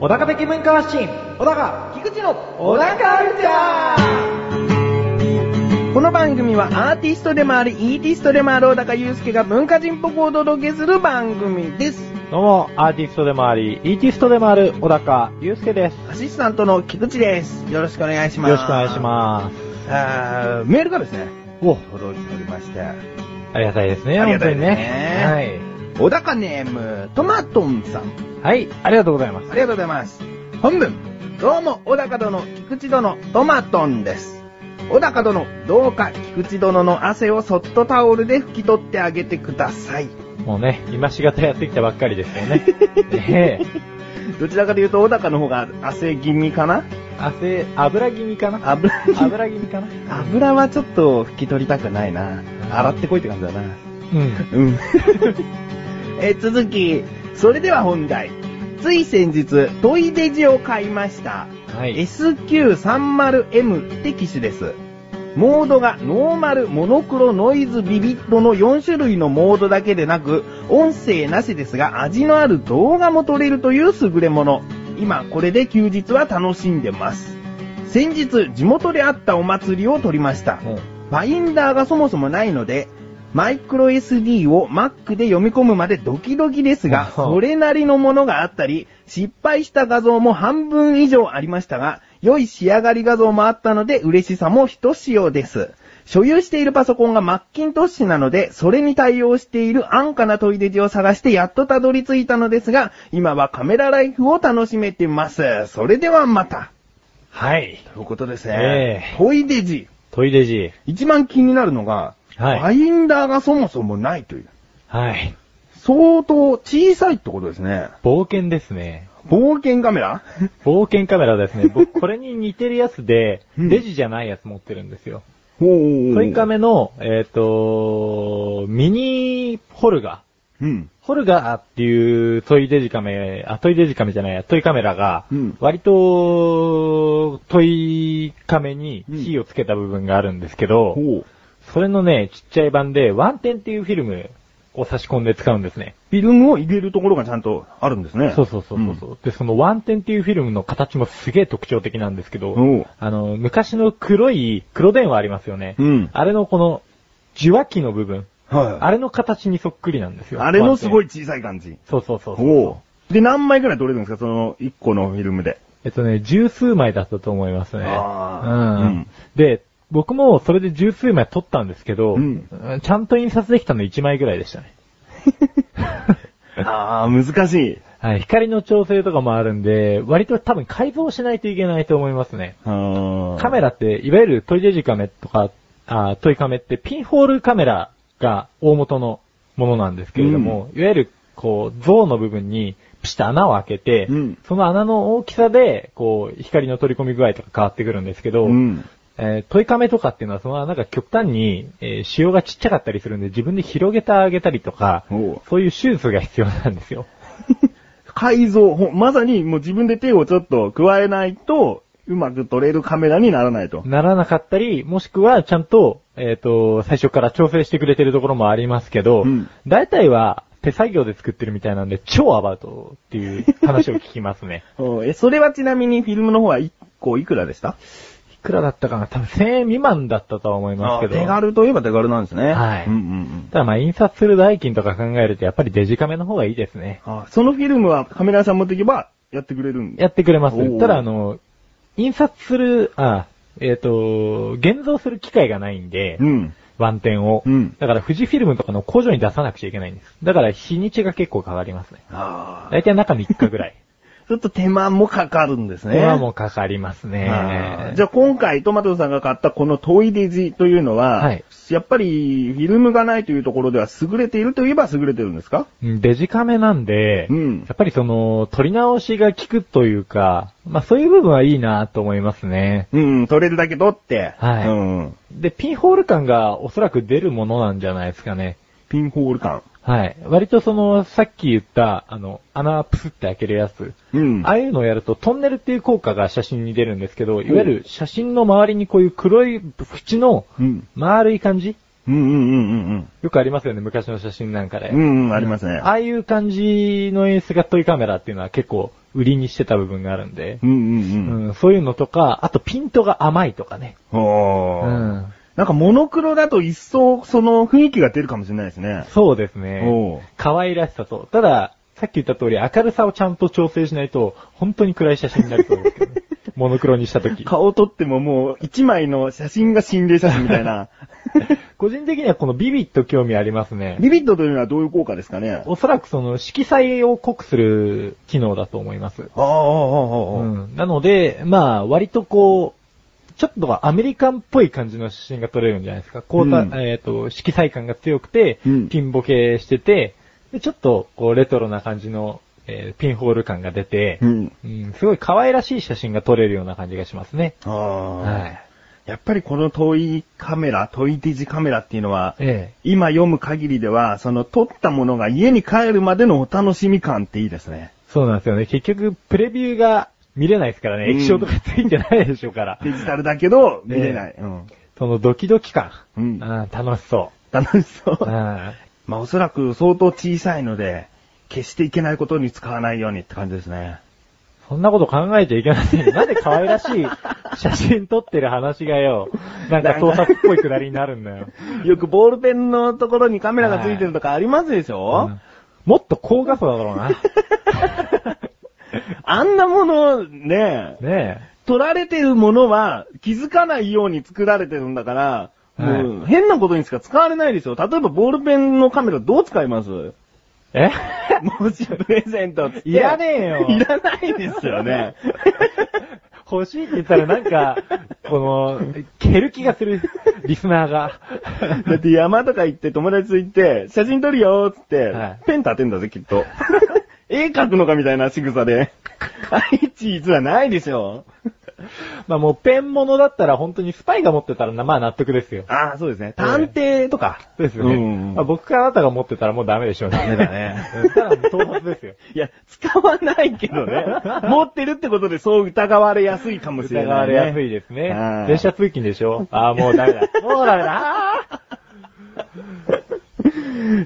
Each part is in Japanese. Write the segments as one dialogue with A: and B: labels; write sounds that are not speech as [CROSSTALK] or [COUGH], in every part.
A: 小高的文化発信小高
B: 菊池の
A: 小高カルチャー
B: この番組はアーティストでもあり、イーティストでもある小高祐介が文化人っぽくお届けする番組です。
A: どうも、アーティストでもあり、イーティストでもある小高祐介です。
B: アシスタントの菊池です。よろしくお願いし
A: よ
B: ます。
A: ろしくお願いします。
B: す。あーメールがですね、
A: お、
B: 届いておりまして、
A: ありがたいですね、
B: あり
A: 本
B: が
A: 当
B: たい
A: に
B: ですね
A: ね。
B: 小高ネーム、トマトンさん。
A: はい。はい、ありがとうございます。
B: ありがとうございます。本文、どうも、小高殿、菊池殿、トマトンです。小高殿、どうか菊池殿の汗をそっとタオルで拭き取ってあげてください。
A: もうね、今しがたやってきたばっかりですよ [LAUGHS] ね。ね
B: どちらかというと、小高の方が汗気味かな
A: え、汗、油気味かな
B: 油、
A: 油気味かな
B: 油はちょっと拭き取りたくないな。洗ってこいって感じだな。
A: うん。
B: うん。 [LAUGHS] え、続き、それでは本題。つい先日、トイデジを買いました。
A: はい。
B: SQ30M って機種です。モードがノーマル、モノクロ、ノイズ、ビビットの4種類のモードだけでなく、音声なしですが味のある動画も撮れるという優れもの。今これで休日は楽しんでます。先日、地元であったお祭りを撮りました。
A: もう
B: ファインダーがそもそもないので、マイクロ SD を Mac で読み込むまでドキドキです [LAUGHS] が、それなりのものがあったり、失敗した画像も半分以上ありましたが、良い仕上がり画像もあったので嬉しさもひとしおです。所有しているパソコンがマッキントッシュなので、それに対応している安価なトイレジを探してやっとたどり着いたのですが、今はカメラライフを楽しめてます。それではまた。
A: はい。
B: ということです
A: ね
B: ね。トイレジ。
A: トイレ時。
B: 一番気になるのが、
A: はい
B: ファインダーがそもそもないという。
A: はい。
B: 相当小さいってことですね。
A: 冒険ですね。
B: 冒険カメ
A: [LAUGHS]
B: ラ
A: 冒険カメラ [LAUGHS] ですね。僕、これに似てるやつで、
B: うん
A: デジじゃないやつ持ってるんですよ。
B: おー
A: トイカメの、えっ、と、ミニホルガ。
B: うん。
A: ホルガーっていうトイデジカメ、あ、トイデジカメじゃないや、トイカメラが
B: うん、
A: 割と、トイカメに火をつけた部分があるんですけど、
B: ほう。
A: それのね、ちっちゃい版で、ワンテンっていうフィルムを差し込んで使うんですね。
B: フィルムを入れるところがちゃんとあるんですね。
A: そうそうそうそうそう、で、そのワンテンっていうフィルムの形もすげえ特徴的なんですけど、
B: おう
A: あの、昔の黒い、黒電話ありますよね。
B: うん
A: あれのこの、受話器の部分。
B: うん。はい。
A: あれの形にそっくりなんですよ。
B: あれのすご
A: い。
B: い小さい感じ。
A: そうそうそうそう
B: おう。で、何枚くらい撮れるんですかその1個のフィルムで。
A: えっとね、十数枚だったと思いますね。
B: あー
A: うん、
B: うん
A: で、僕もそれで十数枚撮ったんですけど、
B: うん
A: うんちゃんと印刷できたの1枚ぐらいでしたね。
B: ああ、難しい。
A: はい、光の調整とかもあるんで、割と多分改造しないといけないと思いますね。カ
B: カ
A: メ
B: ラ
A: ラって、いわゆるトイデジカメとか、あトイカメってピンホールカメラが大元のものなんですけれども、いわゆる、こう、像の部分に、ピシッと穴を開けて、
B: うん
A: その穴の大きさで、こう、光の取り込み具合とか変わってくるんですけど、
B: うん。
A: えートイカメとかっていうのは、その穴が極端に、えー仕様がちっちゃかったりするんで、自分で広げてあげたりとか
B: おう、
A: そういう手術が必要なんですよ。
B: 改造、ほんまさにもう自分で手をちょっと加えないと、うまく撮れるカメラにならないと。
A: ならなかったり、もしくはちゃんと、えっ、と、最初から調整してくれてるところもありますけど、
B: うん
A: 大体は手作業で作ってるみたいなんで、超アバウトっていう話を聞きます
B: [LAUGHS]
A: ね。
B: おえ、それはちなみにフィルムの方は1個いくらでした
A: いくらだったかな多分1000円未満だったとは思いますけど。
B: 手軽といえば手軽なんですね。
A: はい
B: うんうんうん。
A: ただまあ印刷する代金とか考えると、やっぱりデジカメの方がいいですね。
B: あそのフィルムはカメラ屋さん持っていけばやってくれるんで。
A: やってくれま
B: お
A: す。
B: ー
A: ただあの、印刷する、あ、えっ、と、現像する機会がないんで、
B: うん。
A: ワンテンを。
B: うん
A: だから富士フィルムとかの工場に出さなくちゃいけないんです。だから日にちが結構変わりますね。
B: ああ。
A: 大体中3日ぐら
B: [LAUGHS]
A: い。
B: ちょっと手間もかかるんです
A: こ
B: ね。
A: れはもうかかります
B: あ
A: ね
B: ー。じゃあ今回トマトさんが買ったこのトイデジというのは、
A: はい
B: やっぱりフィルムがないというところでは優れているといえば優れてるんですか
A: うんデジカメなんで、
B: うん
A: やっぱりその、撮り直しが効くというか、まあそういう部分はいいなと思いますね。
B: うん、撮れるだけ撮って。
A: はい
B: うん。
A: で、ピンホール感がおそらく出るものなんじゃないですかね。
B: ピンホール感。
A: はい。割とその、さっき言った、あの、穴プスって開けるやつ。
B: うん。
A: ああいうのをやるとトンネルっていう効果が写真に出るんですけど、いわゆる写真の周りにこういう黒い縁の
B: うん。
A: 丸い感じ
B: うんうんうんうん
A: よくありますよね、昔の写真なんかで。
B: うん。うんうん、ありますね。
A: ああいう感じの演出がトイカメラっていうのは結構売りにしてた部分があるんで、
B: うんうんうん。
A: うんそういうのとか、あとピントが甘いとかね。
B: ほー。
A: うん
B: なんかモノクロだと一層その雰囲気が出るかもしれないですね。
A: そうです
B: おう
A: ね。可愛らしさと。ただ、さっき言った通り明るさをちゃんと調整しないと、本当に暗い写真になると思うんですけど
B: [LAUGHS]
A: ね。モノクロにした時。
B: 顔撮ってももう一枚の写真が心霊写真みたいな。
A: 個人的にはこのビビッと興味ありますね。
B: ビビットというのはどういう効果ですかねあ
A: おそらくその色彩を濃くする機能だと思います。
B: あ、ああ、
A: う
B: ああ。
A: ん、なので、まあ、割とこう、ちょっとアメリカンっぽい感じの写真が撮れるんじゃないですか。こうた、
B: うん
A: えっ、と、色彩感が強くて、
B: うん
A: ピンボケしてて、でちょっと、こう、レトロな感じの、えーピンホール感が出て、
B: うん。
A: うんすごい可愛らしい写真が撮れるような感じがしますね。
B: ああ、
A: はい。
B: やっぱりこの遠いカメラ、遠いデジカメラっていうのは、
A: え
B: 今読む限りでは、その撮ったものが家に帰るまでのお楽しみ感っていいですね
A: え。そうなんですよね。結局、プレビューが見れないですからね。
B: うん
A: 液晶とかついてないでしょうから。
B: デジタルだけど、見れない。うん。
A: そのドキドキ感。
B: うん
A: あー楽しそ。
B: 楽しそう
A: [LAUGHS]
B: う。
A: あ
B: まあおそらく相当小さいので、決していけないことに使わないようにって感じですね。
A: ーそんなこと考えちゃいけませんよ。なんで可愛らしい写真撮ってる話が [LAUGHS] よ、なんか盗撮っぽいくだりになるんだよ。
B: よくボールペンのところにカメラがついてるとかありますでしょ、
A: うんもっと高画素だろうな。
B: あんなもの、ね、
A: ね
B: 撮られてるものは気づかないように作られてるんだから、
A: はい
B: もう変なことにしか使われないでしょ例えばボールペンのカメラどう使い [LAUGHS] ますも
A: え。え [LAUGHS]
B: しプレゼントって
A: いらねえ
B: [LAUGHS]
A: よ
B: いらないですよね。
A: 欲しいって言ったらなんか、この、蹴る気がする、リスナーが。
B: [LAUGHS] だって山とか行って友達と行って、写真撮るよーっつって、
A: はい
B: ペン立てんだぜ、きっと。 [LAUGHS] 絵描くのかみたいな仕草で。 [LAUGHS] 愛知実はないでしょ。
A: まあもうペンものだったら本当にスパイが持ってたらなまあ納得ですよ。
B: ああ、そうですね。探偵とか。
A: そうですよね。
B: うんうん
A: まあ、僕かあなたが持ってたらもうダメでしょう [LAUGHS] ね。ダ
B: メだね
A: ただの盗撮ですよ。
B: いや、使わないけど
A: [LAUGHS]
B: ね。持ってるってことでそう疑われやすいかもしれ
A: 疑
B: な
A: わ
B: い、ね。
A: れやすいですね
B: は。い
A: 電車通勤でしょああ、もう
B: [LAUGHS]
A: ダメだ。もうダメだ。あ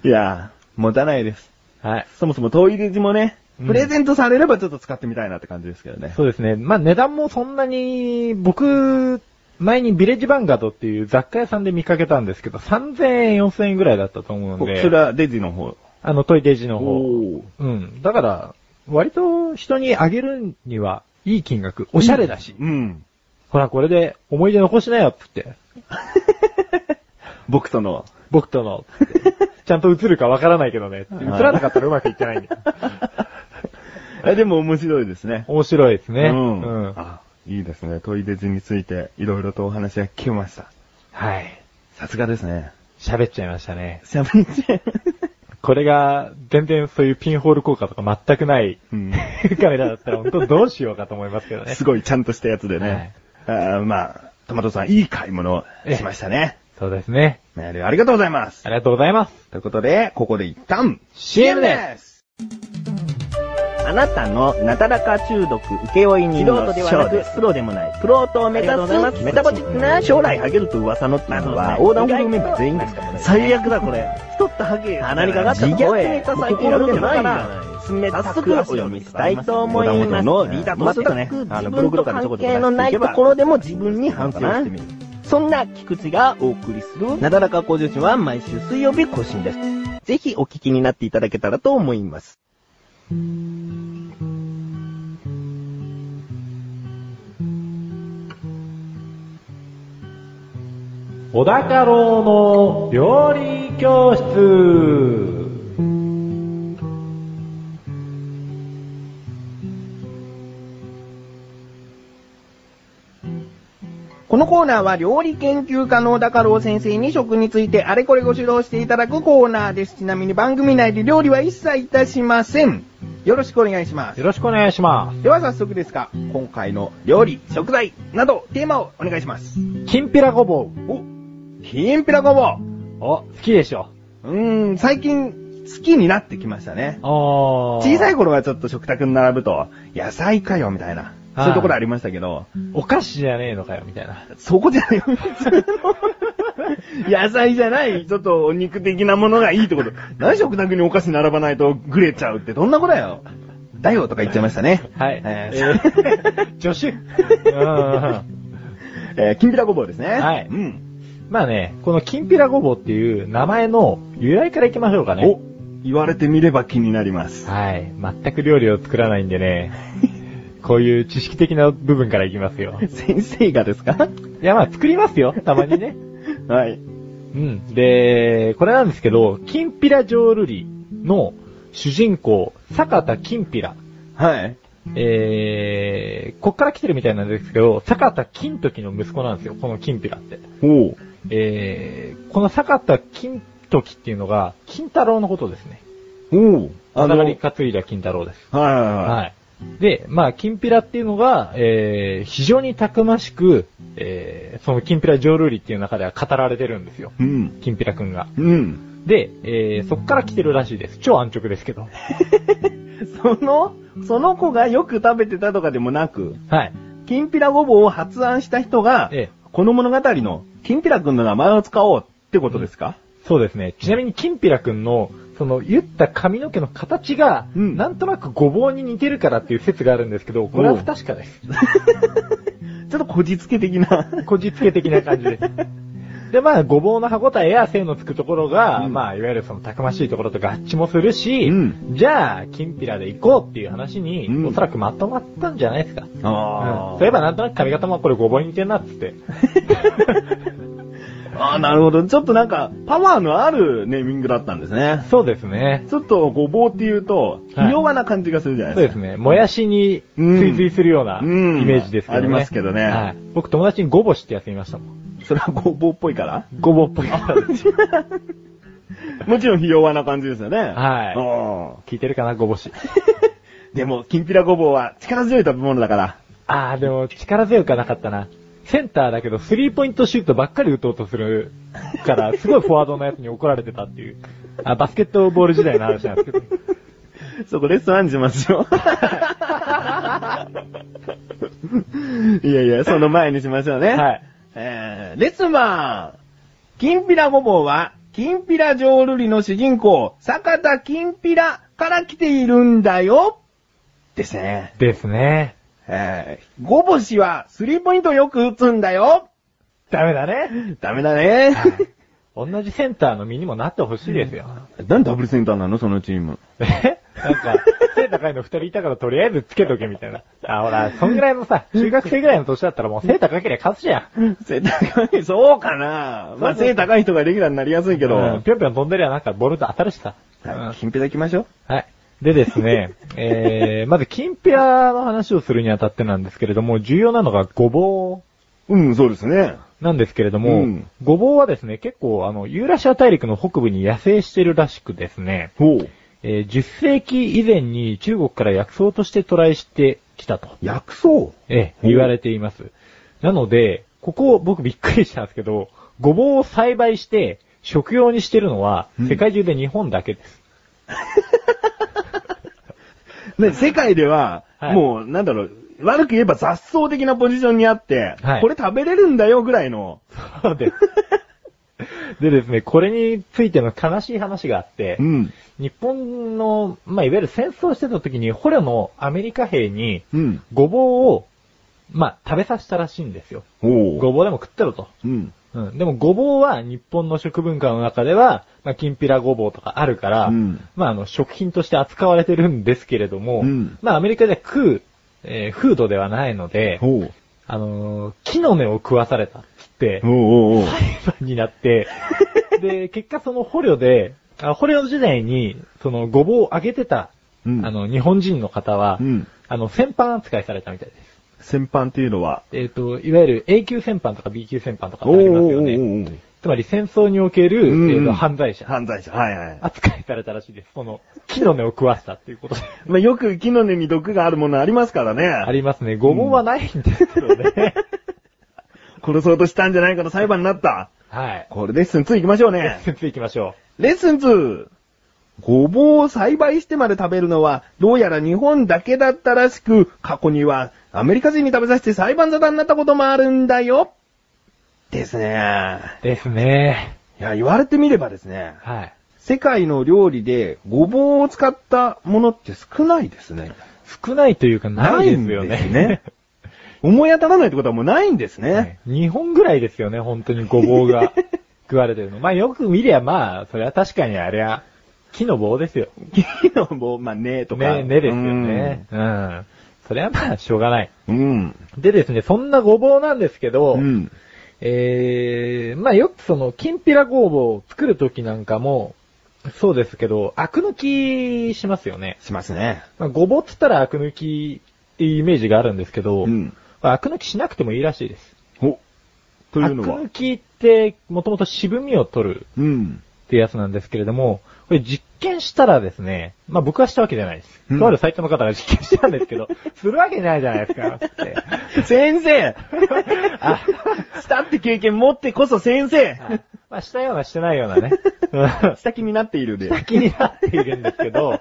B: いや、持たないです。
A: ーはい。
B: そもそも遠いデジもね、
A: うん
B: プレゼントされればちょっと使ってみたいなって感じですけどね。
A: そうですね。まあ値段もそんなに、僕、前にビレッジヴァンガードっていう雑貨屋さんで見かけたんですけど、3000円、4000円ぐらいだったと思うん
B: お
A: で、
B: それはデジの方。
A: あの、トイデジの方。
B: おー
A: うん。だから、割と人にあげるには、いい金額、おしゃれだし、
B: うん。
A: ほら、これで思い出残しなよ、つって。
B: 僕との。
A: 僕
B: [LAUGHS]
A: との、つってちゃんと映るかわからないけどね。映らなかったらうまくいってないんで。
B: えでも面白いですね。
A: 面白いですね。
B: うん。
A: うん
B: あいいですね。トイデジについていろいろとお話が聞けました。
A: はい。
B: さすがですね。
A: 喋っちゃいましたね。
B: 喋って。
A: これが、全然そういうピンホール効果とか全くない、 [LAUGHS]
B: うん
A: カメラだったら本当どうしようかと思いますけどね。
B: すごいちゃんとしたやつでね。あーまあ、トマトさんいい買い物をしましたね。
A: そうですね。
B: メールありがとうございます
A: あ。りがとうございます。
B: ということで、ここで一旦
A: CM です
B: あなたのなだらか中毒請負人
C: 素人
B: の
C: ではなく
B: プロでもない、プロと
C: 目指す
B: メタボチックな将来ハゲると噂のっていうのは、横断歩道メンバー全員ですからね。最悪だこれ。太ったハゲ。鼻にかかった
C: 自虐ネタ最近やるんだから
B: 冷たくお読みしたいと思います。横断歩道のリーダーとしてね、あのブログとかのちょこちょこ出していけば
C: 全く自分と関係のないところでも自分に反省してみ
B: る。
C: そんな菊池がお送りする、なだらか向上心は毎週水曜日更新です。ぜひお聞きになっていただけたらと思います。
A: 小高郎の料理教室
B: このコーナーは料理研究家の小高郎先生に食についてあれこれご指導していただくコーナーです。ちなみに番組内で料理は一切いたしません。よろしくお願いします
A: よ。ろしくお願いします。
B: では早速ですが、今回の料理、食材などテーマをお願いします。
A: きんぴらごぼ
B: お、きんぴらごぼう。
A: う。お、好きでしょ
B: うーん、最近好きになってきましたね。
A: ああ。
B: 小さ
A: い。
B: い頃はちょっと食卓に並ぶと、野菜かよ、みたいな。そういうところありましたけど、
A: お菓子じゃねえのかよ、みたいな。
B: そこじゃないよ、普通の。 [LAUGHS] 野菜じゃない、ちょっとお肉的なものがいいってこと。何食卓にお菓子並ばないとグレちゃうってどんなことだよ。だよとか言っちゃいましたね。
A: はい。
B: え
A: えー助 [LAUGHS] 手。うん。
B: えー、きんぴらごぼうですね。
A: はい
B: うん。
A: まあね、このきんぴらごぼうっていう名前の由来からいきましょうかね。
B: お、言われてみれば気になります。
A: はい。全く料理を作らないんでね、こういう知識的な部分からいきますよ。
B: 先生がですか
A: いや、まあ作りますよ、たまにね。
B: はい。
A: うん。で、これなんですけど、きんぴら浄瑠璃の主人公、坂田きんぴら。
B: はい。
A: えー、こっから来てるみたいなんですけど、坂田金時の息子なんですよ、この金ピラって。
B: おう。
A: えー、この坂田金時っていうのが、金太郎のことですね。
B: おう。
A: あの、
B: はい
A: り担いだ金太郎です。
B: は
A: はい。で、まあ、金ピラっていうのが、えー、非常にたくましく、えー、その金ピラ浄瑠璃っていう中では語られてるんですよ。
B: い。うん。
A: 金ピラくんが。
B: うん。
A: で、えー、そっから来てるらしいです。超安直ですけど。
B: その、その子がよく食べてたとかでもなく、
A: はい。
B: きんぴらごぼうを発案した人が、
A: ええ
B: この物語の、きんぴらくんの名前を使おうってことですか、
A: そうですね。ちなみに、金ピラくんの、その、言った髪の毛の形が、
B: うん
A: なんとなくごぼうに似てるからっていう説があるんですけど、これは不確かです。
B: ちょっとこじつけ的な。
A: こじつけ的な感じです。で、まあ、ごぼうの歯応えや線のつくところが、
B: うん
A: まあ、いわゆるその、たくましいところと合致もするし、
B: うん
A: じゃあ、金ピラで行こうっていう話に、
B: うん
A: おそらくまとまったんじゃないですか。
B: あ
A: うんそういえば、なんとなく髪型もこれごぼうに似てんなっ
B: [LAUGHS]
A: つって。
B: ああ、なるほど。ちょっとなんか、パワーのあるネーミングだったんですね。
A: そうですね。
B: ちょっとごぼうっていうと、
A: はい
B: ひ弱な感じがするじゃない
A: そう
B: で
A: ですす
B: か。
A: ね。もやしに追随するようなイ
B: うん
A: メージですけどね。
B: ありますけどね
A: はい。僕友達にゴボシってやってみましたもん。
B: それはごぼうっぽいから
A: ゴボっぽいからです。
B: もちろんひ弱な感じですよね。
A: はい
B: は
A: 聞いてるかな、ゴボシ。
B: い。でも、きんぴらごぼうは力強い食べ物だから。
A: あー、でも力強くはなかったな。センターだけど、スリーポイントシュートばっかり打とうとするから、すごいフォワードのやつに怒られてたっていう。あ、バスケットボール時代の話なんです [LAUGHS] けど。
B: [LAUGHS] そこレストランにしますよ。いやいや、その前にしましょうね。
A: はい。
B: えー、レッスンマンきんぴらごぼうは、きんぴら浄瑠璃の主人公、坂田きんぴらから来ているんだよですね。
A: ですね。
B: えー、ごぼしはスリーポイントよく打つんだよ
A: ダメだね。
B: ダメだね。
A: 同じセンターの身にもなってほしいですよ。
B: なんでダブルセンターなのそのチーム。
A: えなんか、背高いの二人いたからとりあえずつけとけみたいな。あ、ほら、そんぐらいのさ、中学生ぐらいの年だったらもう背高ければ勝つじゃん。
B: [LAUGHS] 背高い、そうかなまあ背高い人がレギュラーになりやすいけ
A: うん
B: ど。
A: ぴょんぴょん飛んでりゃなんかボールと当たるしさ。うん
B: きんぴら行きましょう。
A: はい。でですね、 [LAUGHS] えー、まず、きんぴらの話をするにあたってなんですけれども、重要なのがごぼ
B: うん、そうですね。
A: うなんですけれども、
B: うん
A: ごぼうはですね、結構、あの、ユーラシア大陸の北部に野生してるらしくですね、
B: ほう。
A: えー10世紀以前に中国から薬草として渡来してきたと。
B: 薬草
A: ええ、
B: うん
A: 言われています。なので、ここ僕びっくりしたんですけど、ごぼうを栽培して食用にしてるのは
B: うん
A: 世界中で日本だけです。 [LAUGHS]
B: ね、世界では、
A: はい
B: もう、なんだろう、悪く言えば雑草的なポジションにあって、
A: はい
B: これ食べれるんだよぐらいの。
A: そ
B: [LAUGHS]
A: うです。でですね、これについての悲しい話があって、
B: ん。
A: 日本の、まあ、いわゆる戦争してた時に捕虜のアメリカ兵に
B: うん。
A: ごぼうを、まあ、食べさせたらしいんですよ。
B: お
A: ごぼうでも食ってろと。
B: うん。
A: うん。でもごぼうは日本の食文化の中では、まあ、きんぴらごぼうとかあるから、
B: うん
A: まあ、あの、食品として扱われてるんですけれども、
B: うん
A: まあ、アメリカでは食う、えー、フードではないので、
B: おう。
A: あのー木の根を食わされたっつって
B: お、うおうおう。
A: 裁判に
B: [LAUGHS]
A: なって、で、結果その捕虜で、あ捕虜時代に、そのごぼうをあげてた、
B: うん
A: あの、日本人の方は、
B: うん
A: あの、戦犯扱いされたみたいです。
B: 先般っていうのは。
A: えっ、と、いわゆる A 級戦犯とか B 級戦犯とかってありますよね。
B: おう
A: つまり戦争における、
B: うんうん
A: えーと犯罪者。
B: 犯罪者。はいはい。
A: 扱いされたらしいです。その、木の根を食わしたっていうことで。
B: まあ、よく木の根に毒があるものありますからね。
A: ありますね。ごぼうはないんですけどね。
B: 殺そうとしたんじゃないかと裁判になった。
A: はい。
B: これレッスン2行きましょう
A: レ
B: ね
A: ッ。スン2行きましょ
B: レッスン 2! ごぼうを栽培してまで食べるのは、どうやら日本だけだったらしく、過去にはアメリカ人に食べさせて裁判沙汰になったこともあるんだよ。ですね。
A: ですね。
B: いや、言われてみればですね、
A: はい。
B: 世界の料理でごぼうを使ったものって少ないですね。
A: 少ないというかないですよね。
B: ないんですね思い当たらないってことはもうないんですね。
A: ね日本ぐらいですよね、本当にごぼ
B: [LAUGHS]
A: うが食われてるの。まあよく見りゃまあ、それは確かにあれは木の棒ですよ。
B: 木の棒、まあ、ねえとか。
A: ね、ねですよね。うん。それはまあ、しょうがない。
B: うん。うん。
A: でですね、そんなごぼうなんですけど、
B: うん。
A: えー、まあよくその、きんぴらごぼうを作るときなんかも、そうですけど、アク抜きしますよね。
B: しますね。
A: まあ、ごぼうっつったらアク抜きっていうイメージがあるんですけど、
B: うん。
A: まあアク抜きしなくてもいいらしいです。
B: お。というの
A: ア
B: は
A: ク抜。きって、もともと渋みを取る
B: うん。
A: ってやつなんですけれども、これ実験したらですね、まあ僕はしたわけじゃないです。
B: うん
A: とあるサイトの方が実験したんですけど、 [LAUGHS] するわけないじゃないですか、つって。
B: 先生
A: あ
B: したって経験持ってこそ先生
A: はいまあしたようなしてないようなね。うん
B: した気になっているで。
A: 気になっているんですけど、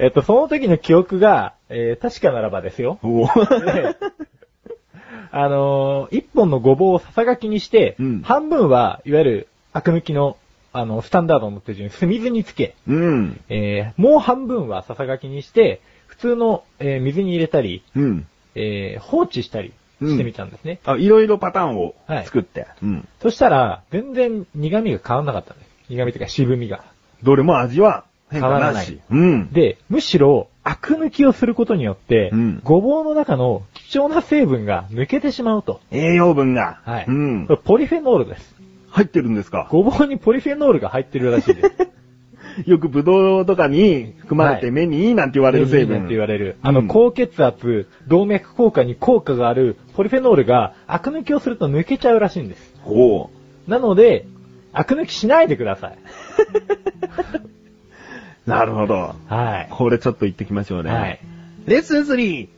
A: えっと、その時の記憶が、えー確かならばですよ。
B: お
A: であのー一本のごぼうをささがきにして、
B: うん
A: 半分は、いわゆる、アク抜きの、あの、スタンダードの手順、水につけ、
B: うん。
A: えーもう半分はささがきにして、普通の、えー水に入れたり、
B: うん。
A: えー放置したりしてみたんですね。
B: あ、いろいろパターンを
A: はい
B: 作って。うん。
A: そしたら、全然苦味が変わんなかったんです。苦味というか渋みが。
B: どれも味は変化
A: 変わら
B: な
A: ない
B: し。うん。
A: で、むしろ、アク抜きをすることによって、
B: うん
A: ごぼうの中の貴重な成分が抜けてしまうと。
B: 栄養分が。
A: はい。
B: うん
A: これ。ポリフェノールです。
B: 入ってるんですか
A: ごぼうにポリフェノールが入ってるらしいです。
B: よくブドウとかに含まれ
A: は
B: て
A: い
B: 目にいいなんて言われる成分。
A: って言われる。
B: うん
A: あの、高血圧、動脈硬化に効果があるポリフェノールが、アク抜きをすると抜けちゃうらしいんです。
B: ほ
A: なので、アク抜きしないでください。
B: う。なるほど。
A: はい。
B: これちょっと言ってきましょうね。
A: はい。
B: レッスン 3!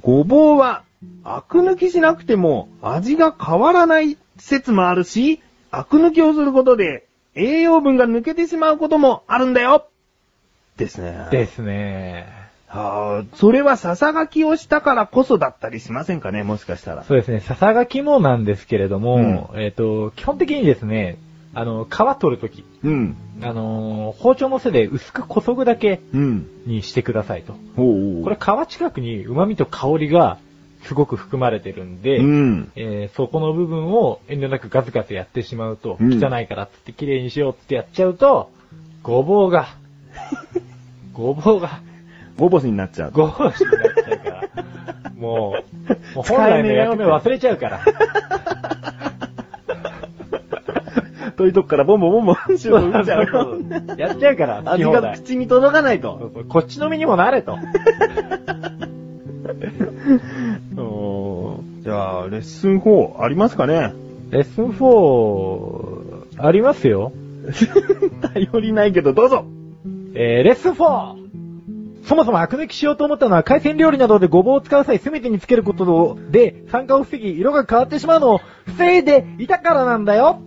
B: ごぼうは、アク抜きしなくても味が変わらない説もあるし、アク抜きをすることで栄養分が抜けてしまうこともあるんだよですね。
A: ですね。
B: あーそれはささがきをしたからこそだったりしませんかね、もしかしたら。
A: そうですね、ささがきもなんですけれども、えっ、と、基本的にですね、あの、皮取るとき、
B: うん。
A: あのー包丁の背で薄くこそぐだけ
B: うん。
A: にしてくださいと。
B: ほう
A: これ皮近くに旨味と香りがすごく含まれてるんで、
B: うん。
A: えーそこの部分を遠慮なくガツガツやってしまうと、
B: うん
A: 汚いからっつって綺麗にしようっつってやっちゃうと、ごぼうが、ごぼうが、
B: ごぼしになっちゃう。
A: ごぼうしになっちゃうから、もう、もう本来の役目忘れちゃうから。
B: [LAUGHS] というとこからボンボンボンボンしようちゃ。
A: そ
B: [LAUGHS]
A: ううそうやっちゃうから、好き
B: 味
A: 放
B: が
A: 題。
B: 口に届かない
A: そ
B: と。
A: うそうこっちの身にもなれと。
B: じゃあ、レッスン4ありますかね
A: レッスン4、ありますよ。
B: [LAUGHS] 頼りないけど、どうぞ
A: えー、レッスン 4! そもそも悪抜きしようと思ったのは、海鮮料理などでごぼうを使う際、すべてにつけることで、酸化を防ぎ、色が変わってしまうのを防いでいたからなんだよ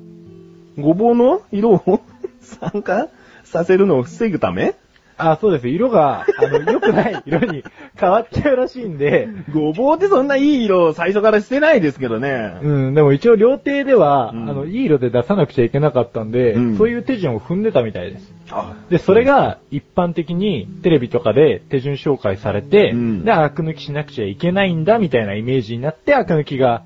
B: ごぼうの色を [LAUGHS] 酸化させるのを防ぐため
A: あ、そうです。色が、あの、良くない色に変わっちゃうらしいんで、
B: ごぼうってそんないい色を最初からしてないですけどね。
A: うん、でも一応料亭では、
B: うん
A: あの、いい色で出さなくちゃいけなかったんで、
B: うん
A: そういう手順を踏んでたみたいです。
B: あ
A: で、それが一般的にテレビとかで手順紹介されて、
B: うん
A: で、アク抜きしなくちゃいけないんだみたいなイメージになって、アク抜きが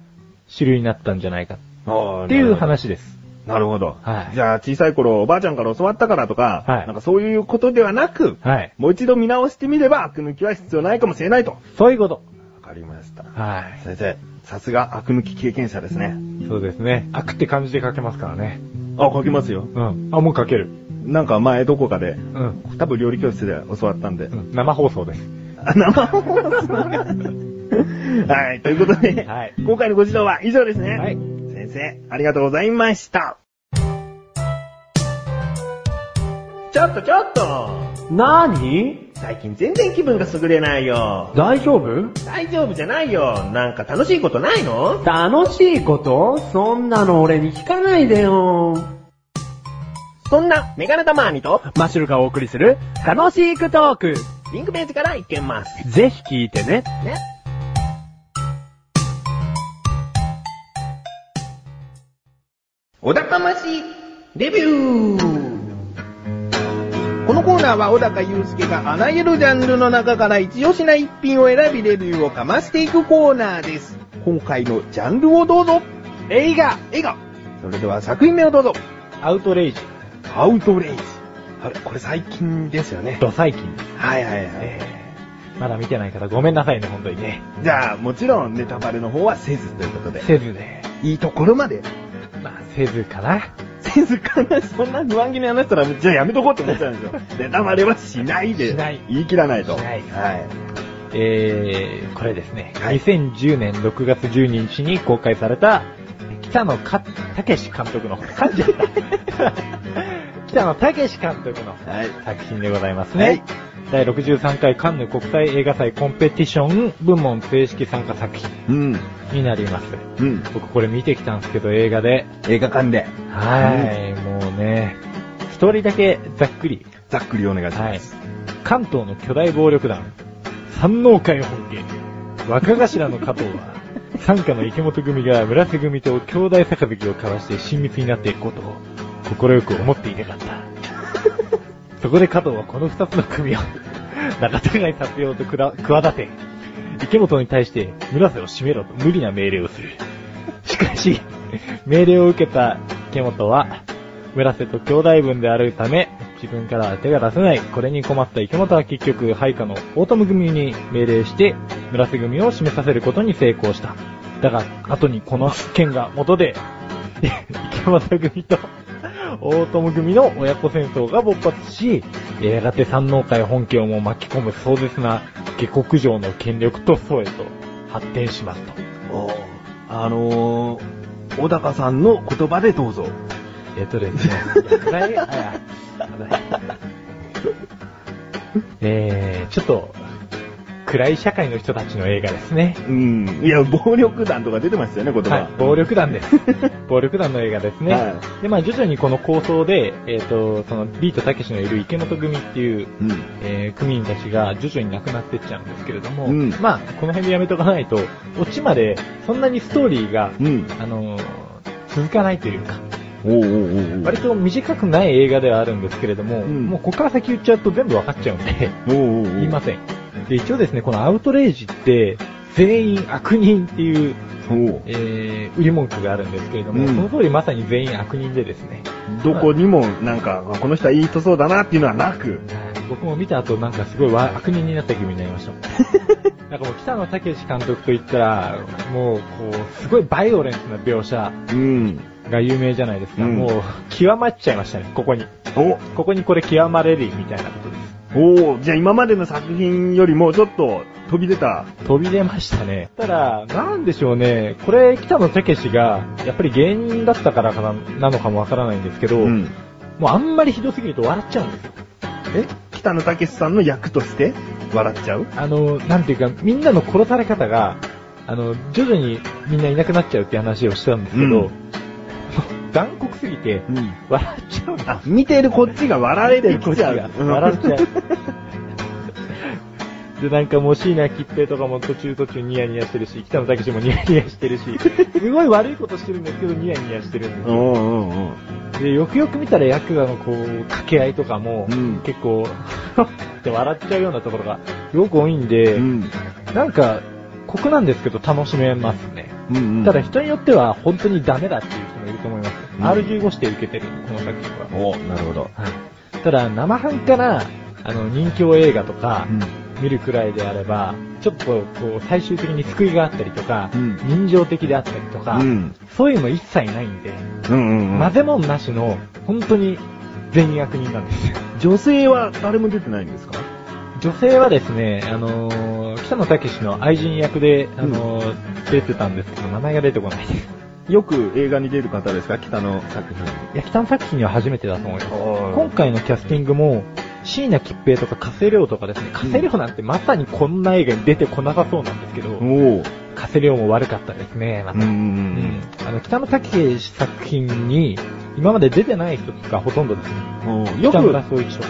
A: 主流になったんじゃないか
B: あ
A: っていう。話です。
B: なるほど。
A: はい
B: じゃあ、小さい頃、おばあちゃんから教わったからとか、
A: はい
B: なんかそういうことではなく、
A: はい。
B: もう一度見直してみれば、アク抜きは必要ないかもしれないと。わ
A: そういうこと。
B: かりました。
A: はい。
B: 先生、さすがアク抜き経験者ですね。
A: そうですね。アクって漢字で書けますからね。
B: あ、書きますよ。
A: うん。あ、もう書ける。
B: なんか前どこかで、
A: うん。
B: 多分料理教室で教わったんで [LAUGHS]
A: う。ん、生放送です。
B: あ生放送はい、ということで、
A: はい
B: 今回のご指導は以上ですね。
A: はい
B: 先生、ありがとうございました。ちょっとちょっと
D: なーに
B: 最近全然気分が優れないよ。
D: 大丈夫
B: 大丈夫じゃないよ。なんか楽しいことないの
D: 楽しいことそんなの俺に聞かないでよ。
C: そんな、メガネ玉マーニと、
D: マシュルがお送りする、楽しいクトーク。
C: リンクページからいけます。
D: ぜひ聞いてね。
C: ね。
B: 小高ましレビューこのコーナーは小高祐介があらゆるジャンルの中から一押しな一品を選びレビューをかましていくコーナーです。今回のジャンルをどうぞ
A: 映画
B: 映画それでは作品名をどうぞ
A: アウトレイジ。
B: アウトレイジ。あれ、これ最近ですよね。
A: ド最近。
B: はいはいはい。
A: まだ見てない方ごめんなさいね、本当にね。
B: じゃあ、もちろんネタバレの方はせずということで。
A: せずで。
B: いいところまで。
A: まあ、せずかな。
B: せずかな、そんな不安気に話したら、じゃあやめとこうって思っちゃうんです [LAUGHS] よ。ネタバレはしないで。
A: しない
B: 言い切らないと。
A: しない
B: はい。
A: えー、これですね。
B: はい
A: 2010年6月12日に公開された、北野か、たけし監
B: [LAUGHS]
A: 督の、噛んじゃった。北野たけし監督の
B: はい。
A: 作品でございますね。
B: はい
A: 第63回カンヌ国際映画祭コンペティション部門正式参加作品
B: うん。
A: になります。
B: うん。
A: 僕これ見てきたんですけど、映画で。
B: 映画館で、
A: はい、もうね、一人だけざっくり、
B: ざっくりお願いし
A: は
B: ま
A: い
B: す。、
A: 関東の巨大暴力団、山王会を本家に、若頭の加
B: [LAUGHS]
A: 藤は、傘下の池本組が村瀬組と兄弟杯を交わして親密になっていくことを、快く思っていなかった。
B: [LAUGHS]
A: そこで加藤はこの二つの組を、仲違いさせようとくら企て、池本に対して村瀬を締めろと無理な命令をする。 [LAUGHS] しかし、命令を受けた池本は、村瀬と兄弟分であるため、自分からは手が出せない。これに困った池本は結局、配下のオートム組に命令して、村瀬組を締めさせることに成功した。だが、後にこの件が元で、 [LAUGHS] 池本組と大友組の親子戦争が勃発し、やがて山王会本家をも巻き込む壮絶な下克上の権力闘争へと発展しますと。
B: おーあのー、小高さんの言葉でどうぞ。
A: えっとですね、 [LAUGHS] 暗いあやえー、ちょっと、暗い社会の人たちの映画ですね。
B: うん。いや、暴力団とか出てましたよね、言葉。
A: はい、暴力
B: [LAUGHS]
A: 団です。暴力団の映画ですね。
B: は
A: で、まあ徐々にこの構想で、えっ、と、その、ビートたけしのいる池本組っていう、
B: うん。
A: えー、組員たちが徐々になくなってっちゃうんですけれども、
B: うん
A: まあ、この辺でやめとかないと、オチまで、そんなにストーリーが、
B: うん。
A: あのー続かないというか、
B: おーおーおーおー
A: 割と短くない映画ではあるんですけれども、
B: ん
A: もうここから先言っちゃうと全部わかっちゃうんで、
B: おーおーおー
A: 言いません。で、一応ですね、このアウトレイジって、全員悪人っていう、
B: おー
A: えー、売り文句があるんですけれども、
B: うん
A: その通りまさに全員悪人でですね、
B: どこにも、なんか、あこの人はいい人そうだなっていうのはなく。
A: 僕も見た後なんかすごいわ悪人になった気分になりま
B: [LAUGHS]
A: したもん。なんかもう北野武監督といったら、もうこう、すごいバイオレンスな描写
B: うん。
A: が有名じゃないですか。
B: うん
A: もう、極まっちゃいましたね、ここに。
B: お
A: ここにこれ極まれるみたいなことです。
B: おーじゃあ今までの作品よりもちょっと飛び出た。
A: 飛び出ましたね。ただ、なんでしょうね。これ、北野武が、やっぱり芸人だったからかななのかもわからないんですけど、
B: うん。
A: もうあんまりひどすぎると笑っちゃうんですよ。
B: え北野武さんの役として笑っちゃう
A: あの、なんていうか、みんなの殺され方が、あの、徐々にみんないなくなっちゃうって話をしたんですけど、
B: うん
A: もう [LAUGHS] 残酷すぎて、
B: うん。
A: 笑っちゃうんだ。
B: あ、見てるこっちが笑えて
A: こっ
B: き
A: ち
B: ちゃ
A: が
B: う。
A: 笑っちゃ
B: [LAUGHS]
A: う。 [LAUGHS] で、なんかもう椎名桔平とかも途中途中ニヤニヤしてるし、北野武もニヤニヤしてるし、すごい悪いことしてるんですけど、ニヤニヤしてるんです
B: う
A: よ。
B: んうんうん。
A: で、よくよく見たらヤクザのこう、掛け合いとかも、
B: うん
A: 結構、 [LAUGHS] って笑っちゃうようなところが、すごく多いんで、
B: うん。
A: なんか、酷なんですけど楽しめますね。
B: うんうん。
A: ただ、人によっては本当にダメだっていう人もいると思います。
B: うん
A: R15 指定受けてる、この作品は。
B: おなるほど。
A: はい、ただ、生半可な、あの、人気映画とか、見るくらいであれば、ちょっと、こう、最終的に救いがあったりとか、
B: うん
A: 人情的であったりとか、
B: うん。
A: そういうの一切ないんで、
B: うんうんうん。
A: 混ぜ物なしの、本当に全員悪人なんですよ。
B: [LAUGHS] 女性は誰も出てないんですか
A: 女性はですね、あのー北野武の愛人役で、あのー出てたんですけど、名前が出てこない
B: [LAUGHS]
A: です。
B: よく映画に出る方ですか北野作品。
A: いや、北野作品は初めてだと思います。
B: おー
A: 今回のキャスティングも、椎名桔平とか加瀬亮とかですね、加瀬亮なんてまさにこんな映画に出てこなさそうなんですけど、
B: おお。
A: 加瀬亮も悪かったですね、ま
B: う
A: た。
B: んう
A: うん
B: ん
A: あの、北野武作品に、今まで出てない人がほとんどですね。
B: うんよ
A: 北村
B: く、
A: 総一郎。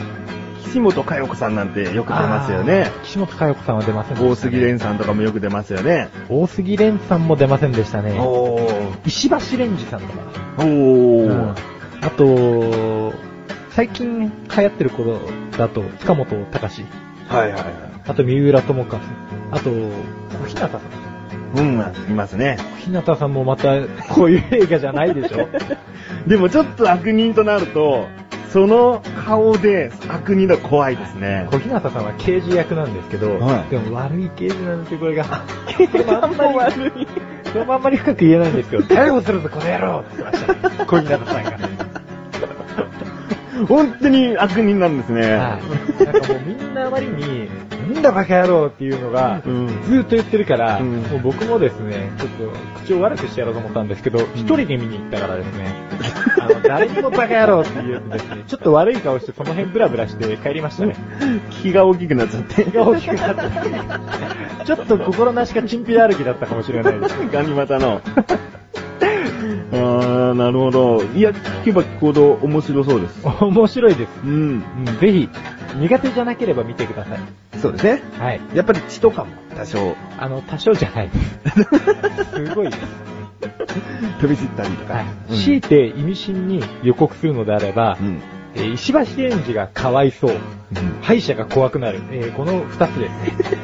B: 岸本佳代子さんなんてよく出ますよね。
A: あー。岸本佳代子さんは出ませんでした、ね。
B: 大杉蓮さんとかもよく出ますよね。
A: 大杉蓮さんも出ませんでしたね。
B: おー。
A: 石橋蓮司さんとか。
B: お
A: うん
B: ー。
A: あと、最近流行ってる頃だと、塚本隆史、
B: はいはいは
A: あと三浦友和、あと、小日向さん。
B: い。うん、いますね。
A: 小日向さんもまた、こういう映画じゃないで
B: [LAUGHS]
A: しょ
B: でもちょっと悪人となると、その顔で悪人だと怖いですね。
A: 小日向さんは刑事役なんですけど、
B: はい
A: でも悪い刑事なんですよ、こ
B: [LAUGHS]
A: れが。でもあんまり、でもあんまり深く言えないんですけど、逮捕するぞ、この野郎って言ってましたね。小日向さんが。
B: 本当に悪人なんですね。
A: はい。なんかもうみんなあまりに、なんだバカ野郎っていうのが、ず
B: うん
A: ーっと言ってるから、
B: うん
A: もう僕もですね、ちょっと口を悪くしてやろうと思ったんですけど、一、人で見に行ったからですね、あの、誰にもバカ野郎って言うんですね、ちょっと悪い顔してその辺ブラブラして帰りまし
B: [LAUGHS]
A: たね。
B: 気が大きくなっちゃって。
A: 気が大きくなって、ちょっと心なしかチンピラ歩きだったかもしれないです。
B: ガニ股 [LAUGHS] の。あー、なるほど。いや、聞けば聞くほど面白そうです。
A: 面白いです。
B: うん。
A: うん、ぜひ、苦手じゃなければ見てください。
B: そうですね。
A: はい。
B: やっぱり血とかも多少
A: あの、多少じゃないです。
B: [LAUGHS]
A: すごいです。
B: 飛び散ったりとか。
A: はい。強いて意味深に予告するのであれば、
B: うん。
A: えー石橋蓮司がかわいそう。敗者が怖くなる。えーこの二つですね。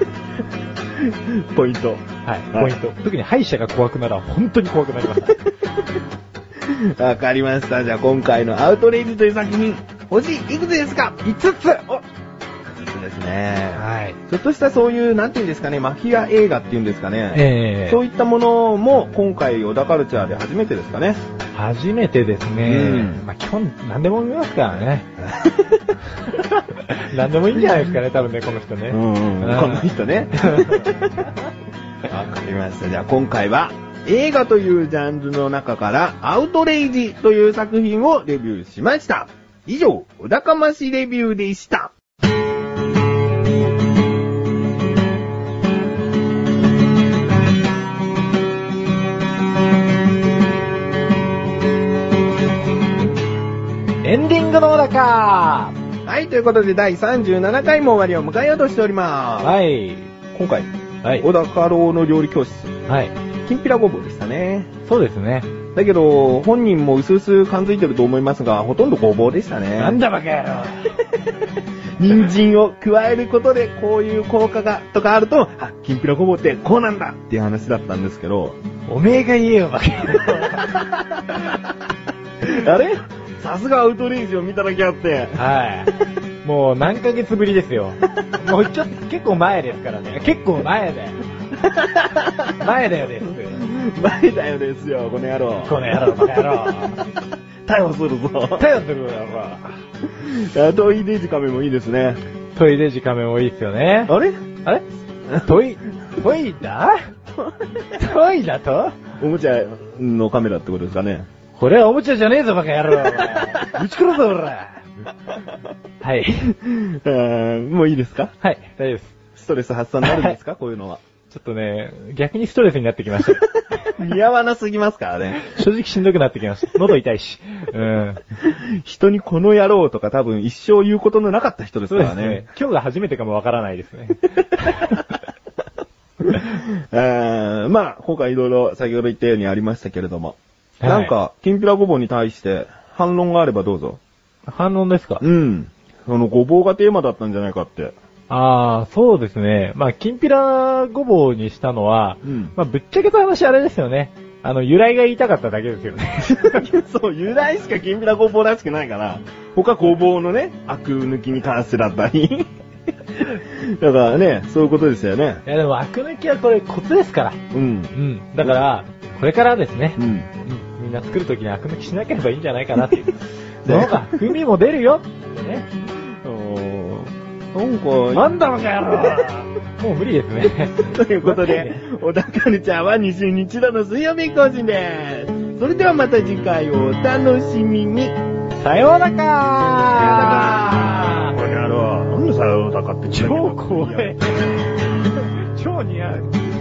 B: [LAUGHS] うんポイント。
A: はい。
B: は
A: ポ
B: い
A: イント。特に敗者が怖くなるは本当に怖くな
B: [LAUGHS]
A: りました。
B: わかりました。じゃあ今回のアウトレイジという作品、星いくつですか
A: 五つ
B: おそうですね。
A: はい。
B: ちょっとしたそういう、なんていうんですかね、マフィア映画っていうんですかね。
A: え
B: そういったものも今回小田カルチャーで初めてですかね。
A: ー、初めてですね。
B: うん
A: まあ基本何でも見ますからね。 [LAUGHS] 何でもいいんじゃないですかね、多分ね、この人ね。
B: うんこの人
A: [LAUGHS]
B: ね。わかりました。じゃあ今回は映画というジャンルの中からアウトレイジという作品をレビューしました。以上、お高ましレビューでした。
A: エンディングのだか
B: はい、ということで第37回も終わりを迎えようとしております。
A: はい。
B: 今回、
A: はい。
B: 小高郎の料理教室、
A: はい。
B: きんぴらごぼうでしたね。
A: そうですね。
B: だけど、本人も薄々感づいてると思いますが、ほとんどごぼうでしたね。
A: なんだバカ野郎
B: 人参を加えることでこういう効果がとかあると、あ、きんぴらごぼうってこうなんだっていう話だったんですけど、
A: おめえが言えよ、バカ野郎。
B: あれさすがアウトレイジを見ただけあって、 [LAUGHS]
A: はい。もう何ヶ月ぶりですよ。もうちょっと、結構前ですからね。結構前だよ。前だよです。
B: 前だよですよ、この野郎。
A: この野郎、バカ野郎。
B: 逮捕するぞ。
A: 頼ってるだろ。
B: あトイレジカメもいいですね。
A: トイレ時間もいいっすよね。
B: あれ
A: あれトイ、トイだトイだと
B: おもちゃのカメラってことですかね。
A: これはおもちゃじゃねえぞ、バカ野郎。打ち殺すぞ、おら。はい。
B: あーもういいですか
A: はい、大丈夫です。
B: ストレス発散になるんですかこういうのは。
A: ちょっとね、逆にストレスになってきました。 [LAUGHS]
B: 似合わなすぎますからね。
A: 正直しんどくなってきました。喉痛いし。うん。
B: [LAUGHS] 人にこの野郎とか多分一生言うことのなかった人です
A: そう
B: か
A: で
B: ら
A: す
B: ね
A: ね。。今日が初めてかもわからない [LAUGHS] ですね。
B: [LAUGHS] えーまあ、今回いろいろ先ほど言ったようにありましたけれども。
A: はい
B: なんか、きんぴらごぼうに対して反論があればどうぞ。
A: 反論ですか
B: うん。そのごぼうがテーマだったんじゃないかって。
A: ああ、そうですね。まあ、きんぴらごぼうにしたのは、
B: うん
A: まあ、ぶっちゃけた話あれですよね。あの、由来が言いたかっただけですよね。
B: [LAUGHS] そう、由来しかきんぴらごぼうらしくないから、他ごぼうのね、アク抜きに関してだったり。 [LAUGHS] だからね、そういうことですよね。
A: いや、でも、アク抜きはこれコツですから。
B: うん
A: う。ん。だから、これからですね
B: う。ん。
A: うん。みんな作るときにアク抜きしなければいいんじゃないかなっていう。 [LAUGHS] その方が、風味も出るよってね。
B: おーなんか、
A: んだバカ野郎 [LAUGHS] もう無理です [LAUGHS] ね。
B: [LAUGHS] ということで、小田カルチャーは22日度の水曜日更新です。それではまた次回をお楽しみに。
A: さようなら
B: この野郎、なんでさようだかって
A: 超怖い。超似合う。